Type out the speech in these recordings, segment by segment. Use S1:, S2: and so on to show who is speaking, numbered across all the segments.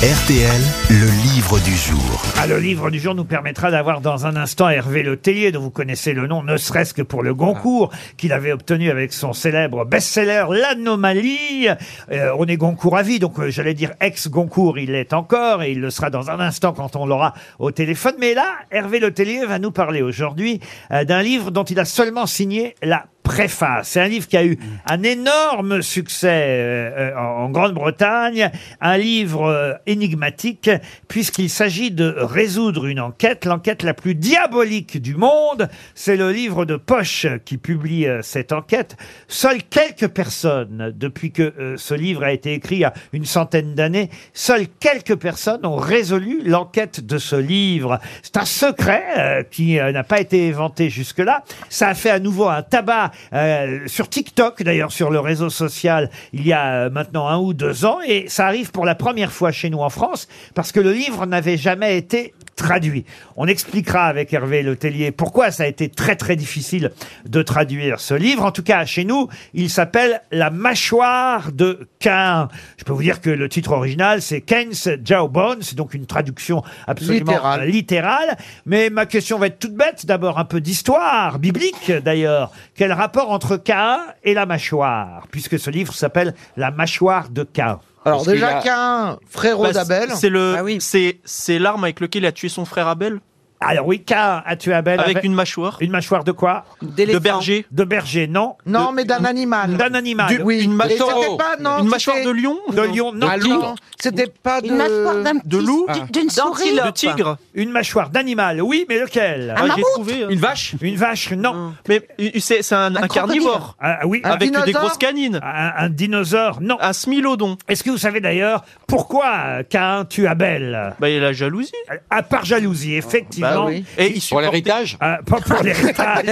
S1: RTL, le livre du jour.
S2: Ah, le livre du jour nous permettra d'avoir dans un instant Hervé Le Tellier, dont vous connaissez le nom, ne serait-ce que pour le Goncourt, qu'il avait obtenu avec son célèbre best-seller L'Anomalie. Euh, on est Goncourt à vie, donc euh, j'allais dire ex-Goncourt, il l'est encore, et il le sera dans un instant quand on l'aura au téléphone. Mais là, Hervé Le Tellier va nous parler aujourd'hui euh, d'un livre dont il a seulement signé la préface. C'est un livre qui a eu un énorme succès euh, euh, en en Grande-Bretagne, un livre euh, énigmatique, puisqu'il s'agit de résoudre une enquête, l'enquête la plus diabolique du monde. C'est le livre de Poche qui publie euh, cette enquête. Seules quelques personnes, depuis que euh, ce livre a été écrit il y a une centaine d'années, seules quelques personnes ont résolu l'enquête de ce livre. C'est un secret euh, qui euh, n'a pas été inventé jusque-là. Ça a fait à nouveau un tabac euh, sur TikTok, d'ailleurs sur le réseau social, il y a euh, maintenant un ou deux ans, et ça arrive pour la première fois chez nous en France, parce que le livre n'avait jamais été traduit. On expliquera avec Hervé Letellier pourquoi ça a été très très difficile de traduire ce livre. En tout cas, chez nous, il s'appelle La mâchoire de Cain. Je peux vous dire que le titre original, c'est Cain's Jawbones, donc une traduction absolument
S3: Littérale.
S2: euh, littérale. Mais ma question va être toute bête. D'abord, un peu d'histoire biblique, d'ailleurs. Quel rapport entre Cain et la mâchoire Puisque ce livre s'appelle La mâchoire de Cain.
S3: Alors
S4: Parce
S3: déjà
S4: qu'il
S3: qu'un frérot
S4: Bah,
S3: d'Abel.
S4: C'est le,
S5: Ah oui.
S4: c'est, c'est l'arme avec lequel il a tué son frère Abel,
S2: Alors oui, Cain a tué Abel
S4: avec une mâchoire
S2: une mâchoire de quoi
S4: de berger,
S2: De berger, non
S3: Non, mais d'un animal.
S2: D'un animal.
S3: Du- oui.
S4: Une
S3: Et
S4: mâchoire-
S3: c'était pas, non,
S4: une mâchoire
S3: c'était-
S4: de lion,
S2: De lion, non.
S3: Ah, non, C'était pas de.
S6: Une mâchoire d'un
S4: de
S6: petit-
S4: loup,
S6: d- d'une souris.
S4: de tigre.
S2: Une mâchoire d'animal, oui, mais lequel
S6: Un
S4: Ah, j'ai
S6: mammouth
S4: trouvé. hein.
S7: Une vache
S2: Une vache, non.
S4: Mais il- il- c'est, c'est un, un
S6: crocodile.
S4: carnivore
S2: Ah, oui.
S3: Un
S4: avec des
S3: dinosaure
S4: grosses canines,
S2: Un, un dinosaure,
S3: Ah.
S2: non.
S4: un smilodon.
S2: Est-ce que vous savez d'ailleurs pourquoi Cain tue Abel
S4: Bah, il a la jalousie.
S2: À part jalousie, effectivement.
S3: Bah oui.
S4: Et il
S7: Pour
S4: supportait-
S7: l'héritage
S2: Ah, pas pour l'héritage.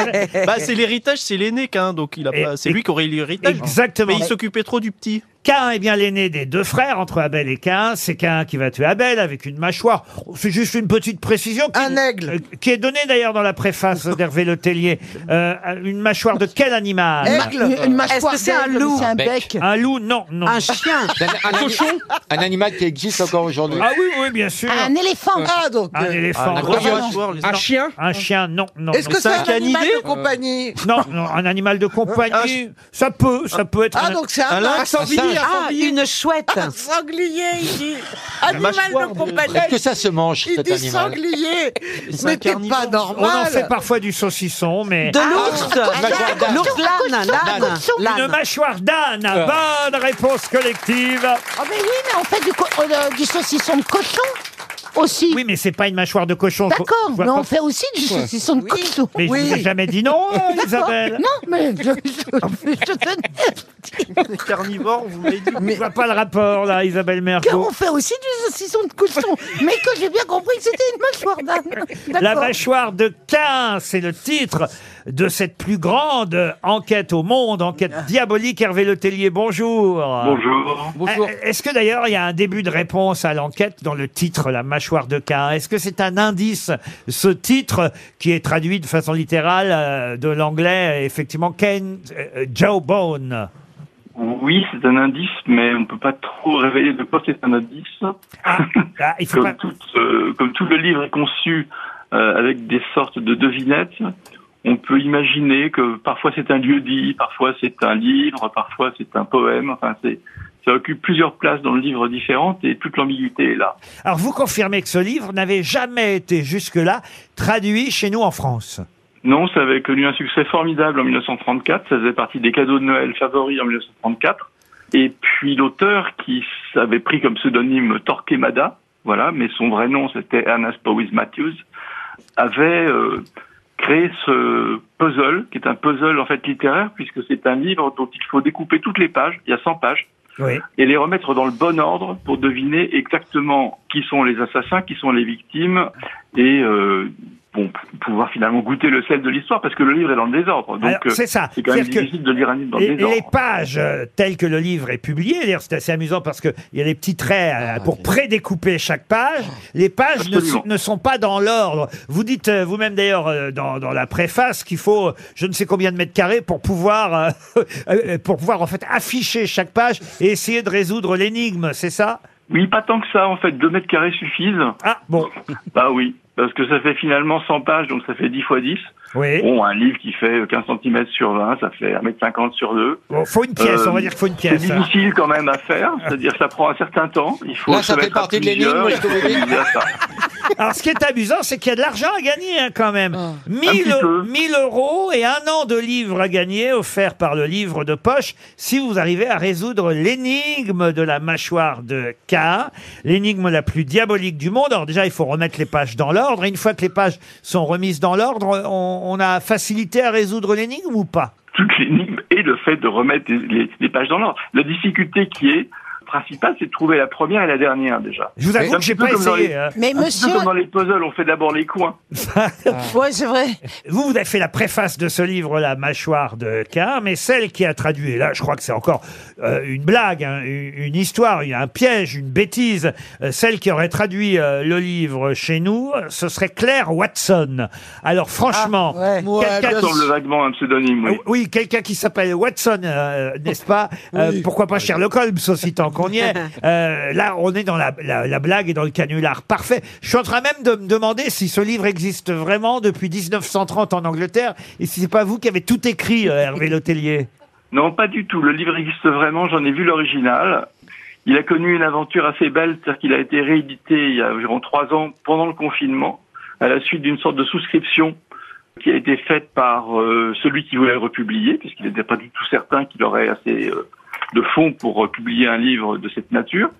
S4: Bah, c'est l'héritage, c'est l'aîné qu'un, donc il a
S2: Et-
S4: pas- c'est
S2: et-
S4: lui qui aurait eu l'héritage.
S2: Exactement.
S4: Mais il s'occupait trop du petit.
S2: Cain est bien l'aîné des deux frères, entre Abel et Cain. C'est Cain qui va tuer Abel avec une mâchoire. C'est juste une petite précision. Qui,
S3: Un aigle.
S2: euh, Qui est donnée d'ailleurs dans la préface d'Hervé Le Tellier. Euh, une mâchoire de quel animal
S3: Aigle.
S6: Une, une mâchoire
S5: Est-ce que c'est un
S6: d'aigle,
S5: loup
S6: c'est un
S7: Bec.
S6: bec.
S2: Un loup Non, non.
S5: Un chien
S7: Un, un ani- Un animal qui existe encore aujourd'hui.
S2: Ah oui, oui, bien sûr.
S6: Un éléphant.
S3: Ah donc.
S2: Un
S3: euh,
S2: éléphant.
S4: La
S2: non.
S4: grosse
S7: coyote.
S4: mâchoire, les-
S7: Un
S4: non.
S7: chien
S2: Un chien, non, non.
S3: Est-ce
S2: non.
S3: que c'est un
S4: cinq
S3: animal
S4: canidés
S3: de compagnie
S2: Non, non, un animal de
S4: Un
S2: compagnie,
S4: ch-
S2: ça peut, ça peut être.
S3: Ah
S2: un-
S3: donc c'est un,
S4: Un lynx,
S3: un sanglier.
S7: un
S5: Ah, une chouette
S3: Un sanglier, il dit.
S4: mâchoire
S3: Animal
S4: de-
S3: de compagnie.
S7: Est-ce que ça se mange,
S3: Il
S7: cet
S3: dit
S7: animal
S3: sanglier.
S4: C'est un
S3: Mais t'es
S4: carnivore.
S2: On
S3: pas
S2: en fait
S3: normal.
S2: parfois du saucisson, mais.
S3: Ah.
S5: De l'ours
S7: mâchoire d'âne.
S5: L'ours, l'âne, l'âne,
S2: Une
S5: l'âne.
S2: mâchoire d'âne, bonne réponse collective.
S6: Oh, mais oui, mais on fait du, co- euh, du saucisson de cochon aussi.
S2: Oui, mais c'est pas une mâchoire de cochon.
S6: D'accord,
S2: Je vois
S6: mais on
S2: pas-
S6: fait aussi du saucisson de cochon.
S2: Mais je vous ai
S3: Oui.
S2: jamais dit non, Isabelle.
S6: Non, mais je, je, je te
S4: carnivore, vous m'avez dit.
S2: Je vois pas le rapport là, Isabelle Mergo.
S6: on fait aussi du saucisson de cochon, mais que j'ai bien compris que c'était une mâchoire d'âne.
S2: La
S6: D'accord.
S2: mâchoire de Cain, c'est le titre de cette plus grande enquête au monde, enquête diabolique. Hervé Le Tellier, bonjour.
S8: Bonjour.
S2: Euh, Est-ce que d'ailleurs il y a un début de réponse à l'enquête dans le titre La mâchoire de Cain Est-ce que c'est un indice, ce titre qui est traduit de façon littérale euh, de l'anglais, euh, effectivement, Cain euh, euh, Jawbone
S8: Oui, c'est un indice, mais on peut pas trop révéler de quoi c'est un indice.
S2: ah, ah, il faut
S8: Comme
S2: pas...
S8: tout, euh, comme tout le livre est conçu euh, avec des sortes de devinettes, on peut imaginer que parfois c'est un lieu dit, parfois c'est un livre, parfois c'est un poème. Enfin, c'est ça occupe plusieurs places dans le livre différentes et toute l'ambiguïté est là.
S2: Alors vous confirmez que ce livre n'avait jamais été jusque-là traduit chez nous en France
S8: Non, ça avait connu un succès formidable en 1934. Ça faisait partie des cadeaux de Noël favoris en 1934. Et puis l'auteur qui avait pris comme pseudonyme Torquemada, voilà, mais son vrai nom c'était Ernest Powys Matthews, avait euh, créé ce puzzle, qui est un puzzle en fait littéraire, puisque c'est un livre dont il faut découper toutes les pages, il y a 100 pages,
S2: Oui.
S8: et les remettre dans le bon ordre pour deviner exactement qui sont les assassins, qui sont les victimes, et euh, bon, p- pouvoir finalement goûter le sel de l'histoire, parce que le livre est dans le désordre. Donc
S2: Alors
S8: euh,
S2: c'est ça.
S8: c'est quand même
S2: C'est-à-dire que-
S8: difficile de lire un livre dans
S2: Et-
S8: le
S2: et
S8: désordre.
S2: les pages euh, telles que le livre est publié, d'ailleurs c'est assez amusant parce qu'il y a des petits traits euh, pour prédécouper chaque page, les pages ne,
S8: Ah, Absolument.
S2: ne sont pas dans l'ordre. Vous dites euh, vous-même d'ailleurs euh, dans, dans la préface qu'il faut euh, je ne sais combien de mètres carrés pour pouvoir, euh, euh, pour pouvoir en fait afficher chaque page et essayer de résoudre l'énigme, c'est ça
S8: Oui, pas tant que ça, en fait. Deux mètres carrés suffisent.
S2: Ah, bon,
S8: Bah oui, parce que ça fait finalement 100 pages, donc ça fait 10 fois 10.
S2: oui.
S8: Bon, un livre qui fait 15 cm sur 20, ça fait 1m50 sur 2.
S2: Bon, faut une pièce, on va dire qu'il faut une
S8: Euh, C'est
S2: pièce. hein.
S8: difficile quand même à faire, c'est-à-dire ça prend un certain temps. Il faut
S7: Là,
S8: se
S7: ça fait
S8: mettre à
S7: partie de
S8: plusieurs,
S7: l'énigme, je te
S8: il faut
S7: le dis.
S8: s'amuser à ça.
S2: Alors, ce qui est amusant, c'est qu'il y a de l'argent à gagner, hein, quand même. 1000,
S8: Ah. petit peu.
S2: 1000 euros et un an de livres à gagner, offert par le livre de poche, si vous arrivez à résoudre l'énigme de la mâchoire de K, l'énigme la plus diabolique du monde. Alors, déjà, il faut remettre les pages dans l'ordre. Et une fois que les pages sont remises dans l'ordre, on, on a facilité à résoudre l'énigme ou pas
S8: Toute l'énigme et le fait de remettre les, les- les pages dans l'ordre. La difficulté qui est principale, c'est de trouver la première et la dernière déjà.
S2: Je vous avoue
S8: C'est un
S2: que j'ai
S8: petit peu
S2: pas
S8: comme dans
S2: essayé.
S8: les-
S2: hein.
S6: Mais
S8: Un petit peu
S6: monsieur,
S8: comme dans les puzzles, on fait d'abord les coins.
S6: ouais, c'est vrai.
S2: Vous, vous avez fait la préface de ce livre, La mâchoire de K, mais celle qui a traduit, et là je crois que c'est encore euh, une blague, hein, une une histoire, un piège, une bêtise, euh, celle qui aurait traduit euh, le livre chez nous, euh, ce serait Claire Watson. Alors franchement,
S6: ouais.
S2: quelqu'un
S8: Ça semble vaguement un pseudonyme, Ah oui.
S2: oui, quelqu'un qui s'appelle Watson, euh, n'est-ce pas Euh, Pourquoi pas Sherlock Holmes aussi tant qu'on y est. Euh, là, on est dans la, la- la blague et dans le canular. Parfait. Je suis en train même de me demander si ce livre existe vraiment depuis 1930 en Angleterre et si c'est pas vous qui avez tout écrit, euh, Hervé Letellier.
S8: Non, pas du tout. Le livre existe vraiment. J'en ai vu l'original. Il a connu une aventure assez belle, c'est-à-dire qu'il a été réédité il y a environ trois ans pendant le confinement, à la suite d'une sorte de souscription qui a été faite par euh, celui qui voulait le republier, puisqu'il n'était pas du tout certain qu'il aurait assez euh, de fonds pour euh, publier un livre de cette nature.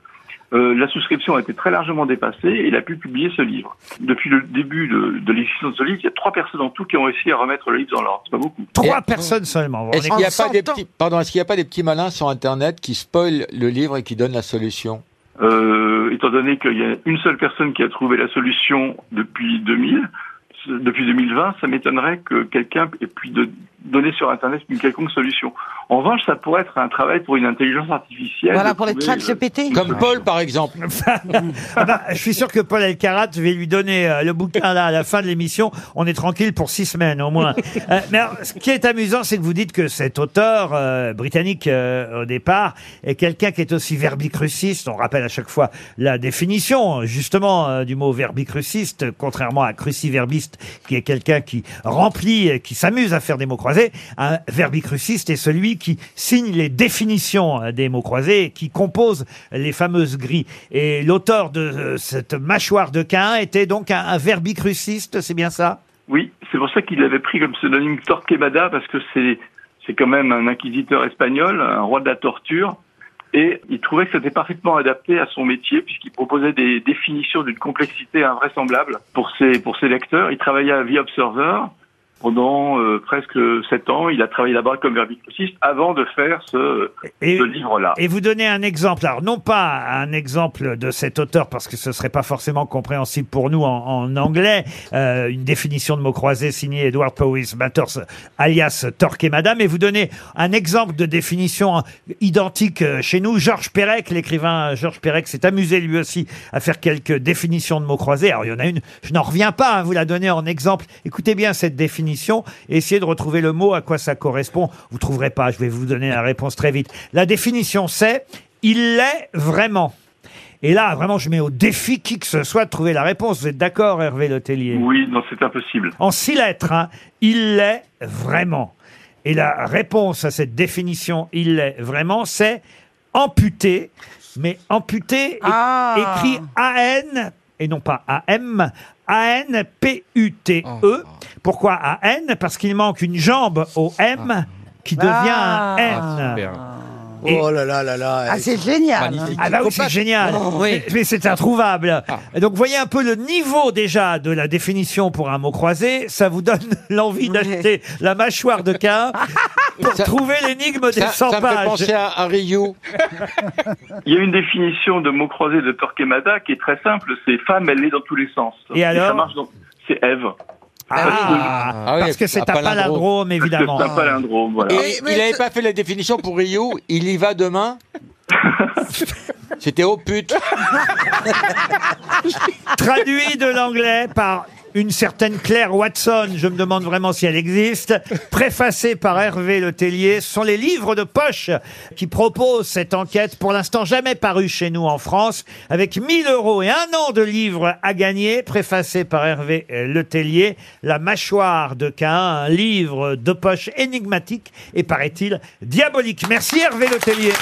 S8: Euh, la souscription a été très largement dépassée et il a pu publier ce livre. Depuis le début de, de l'existence de ce livre, il y a trois personnes en tout qui ont réussi à remettre le livre dans l'ordre. C'est pas beaucoup.
S2: Trois personnes seulement. vous vous
S7: Est-ce
S2: rendez
S7: qu'il n'y a
S6: En
S7: pas des
S6: 100 ans.
S7: petits, pardon, est-ce qu'il n'y a pas des petits malins sur Internet qui spoilent le livre et qui donnent la solution
S8: Euh, étant donné qu'il y a une seule personne qui a trouvé la solution depuis 2000, ce- depuis 2020, ça m'étonnerait que quelqu'un ait pu de- donner sur Internet une quelconque solution. En revanche, ça pourrait être un travail pour une intelligence artificielle.
S5: Voilà
S8: de
S5: pour les
S8: trouver,
S5: chats
S8: euh,
S5: GPT.
S7: Comme Paul, par exemple.
S2: Ah bah, je suis sûr que Paul Elkarat, je vais lui donner euh, le bouquin là à la fin de l'émission. On est tranquille pour six semaines au moins. Euh, mais alors, ce qui est amusant, c'est que vous dites que cet auteur euh, britannique euh, au départ est quelqu'un qui est aussi verbicruciste. On rappelle à chaque fois la définition justement euh, du mot verbicruciste, contrairement à cruciverbiste, qui est quelqu'un qui remplit, et qui s'amuse à faire des mots croisés. Un verbicruciste est celui qui signe les définitions euh, des mots croisés, et qui compose les fameuses grilles. Et l'auteur de euh, cette mâchoire de Cain était donc un, un verbicruciste, c'est bien ça
S8: Oui, c'est pour ça qu'il avait pris comme pseudonyme Torquemada, parce que c'est, c'est quand même un inquisiteur espagnol, un roi de la torture. Et il trouvait que c'était parfaitement adapté à son métier, puisqu'il proposait des définitions d'une complexité invraisemblable pour ses, pour ses lecteurs. Il travaillait à The Observer pendant euh, presque sept ans. Il a travaillé là-bas comme verbicruciste avant de faire ce,
S2: Et-
S8: ce livre-là.
S2: Et vous donnez un exemple, alors non pas un exemple de cet auteur parce que ce serait pas forcément compréhensible pour nous en, en anglais, euh, une définition de mots croisés signée Edward Powys Matters alias Torquemada, mais vous donnez un exemple de définition hein, identique euh, chez nous. Georges Perec, l'écrivain Georges Perec s'est amusé lui aussi à faire quelques définitions de mots croisés. Alors il y en a une, je n'en reviens pas, hein, vous la donnez en exemple. Écoutez bien cette définition, essayez de retrouver le mot à quoi ça correspond. Vous trouverez pas, je vais vous donner la réponse très vite. La définition c'est il l'est vraiment. Et là, vraiment, je mets au défi qui que ce soit de trouver la réponse. Vous êtes d'accord, Hervé Letellier
S8: Oui, non, c'est impossible.
S2: en six lettres. hein. Il l'est vraiment. Et la réponse à cette définition, il l'est vraiment, c'est amputé, mais amputé é-
S3: Ah.
S2: écrit A-N et non pas A-M. A-N-P-U-T-E. Pourquoi A-N Parce qu'il manque une jambe au M qui devient un N. Et-
S9: Oh là là là là.
S6: Ah, c'est génial. hein.
S9: Magnifique.
S2: Ah bah oui, c'est génial.
S7: Oh,
S2: Mais, mais c'est introuvable.
S7: Ah.
S2: Donc voyez un peu le niveau déjà de la définition pour un mot croisé. Ça vous donne l'envie d'acheter la mâchoire de Cain pour
S7: Ça-
S2: trouver l'énigme des
S7: Ça,
S2: 100
S7: ça me fait
S2: pages.
S7: penser à, à Ryu.
S8: Il y a une définition de mots croisés de Torquemada qui est très simple, c'est femme, elle est dans tous les sens.
S2: Et alors
S8: ça marche dans- C'est Ève.
S2: Ah,
S7: Ah oui,
S2: parce que c'est
S7: un
S2: un palindrome, évidemment.
S8: Parce que C'est un palindrome, voilà.
S7: Et il n'avait pas fait la définition pour Ryu, il y va demain. C'était au pute.
S2: Traduit de l'anglais par une certaine Claire Watson, je me demande vraiment si elle existe, préfacée par Hervé Letellier, ce sont les livres de poche qui proposent cette enquête, pour l'instant jamais parue chez nous en France, avec 1000 euros et un an de livres à gagner, préfacé par Hervé Letellier, La mâchoire de Cain, un livre de poche énigmatique et paraît-il diabolique. Merci Hervé Letellier.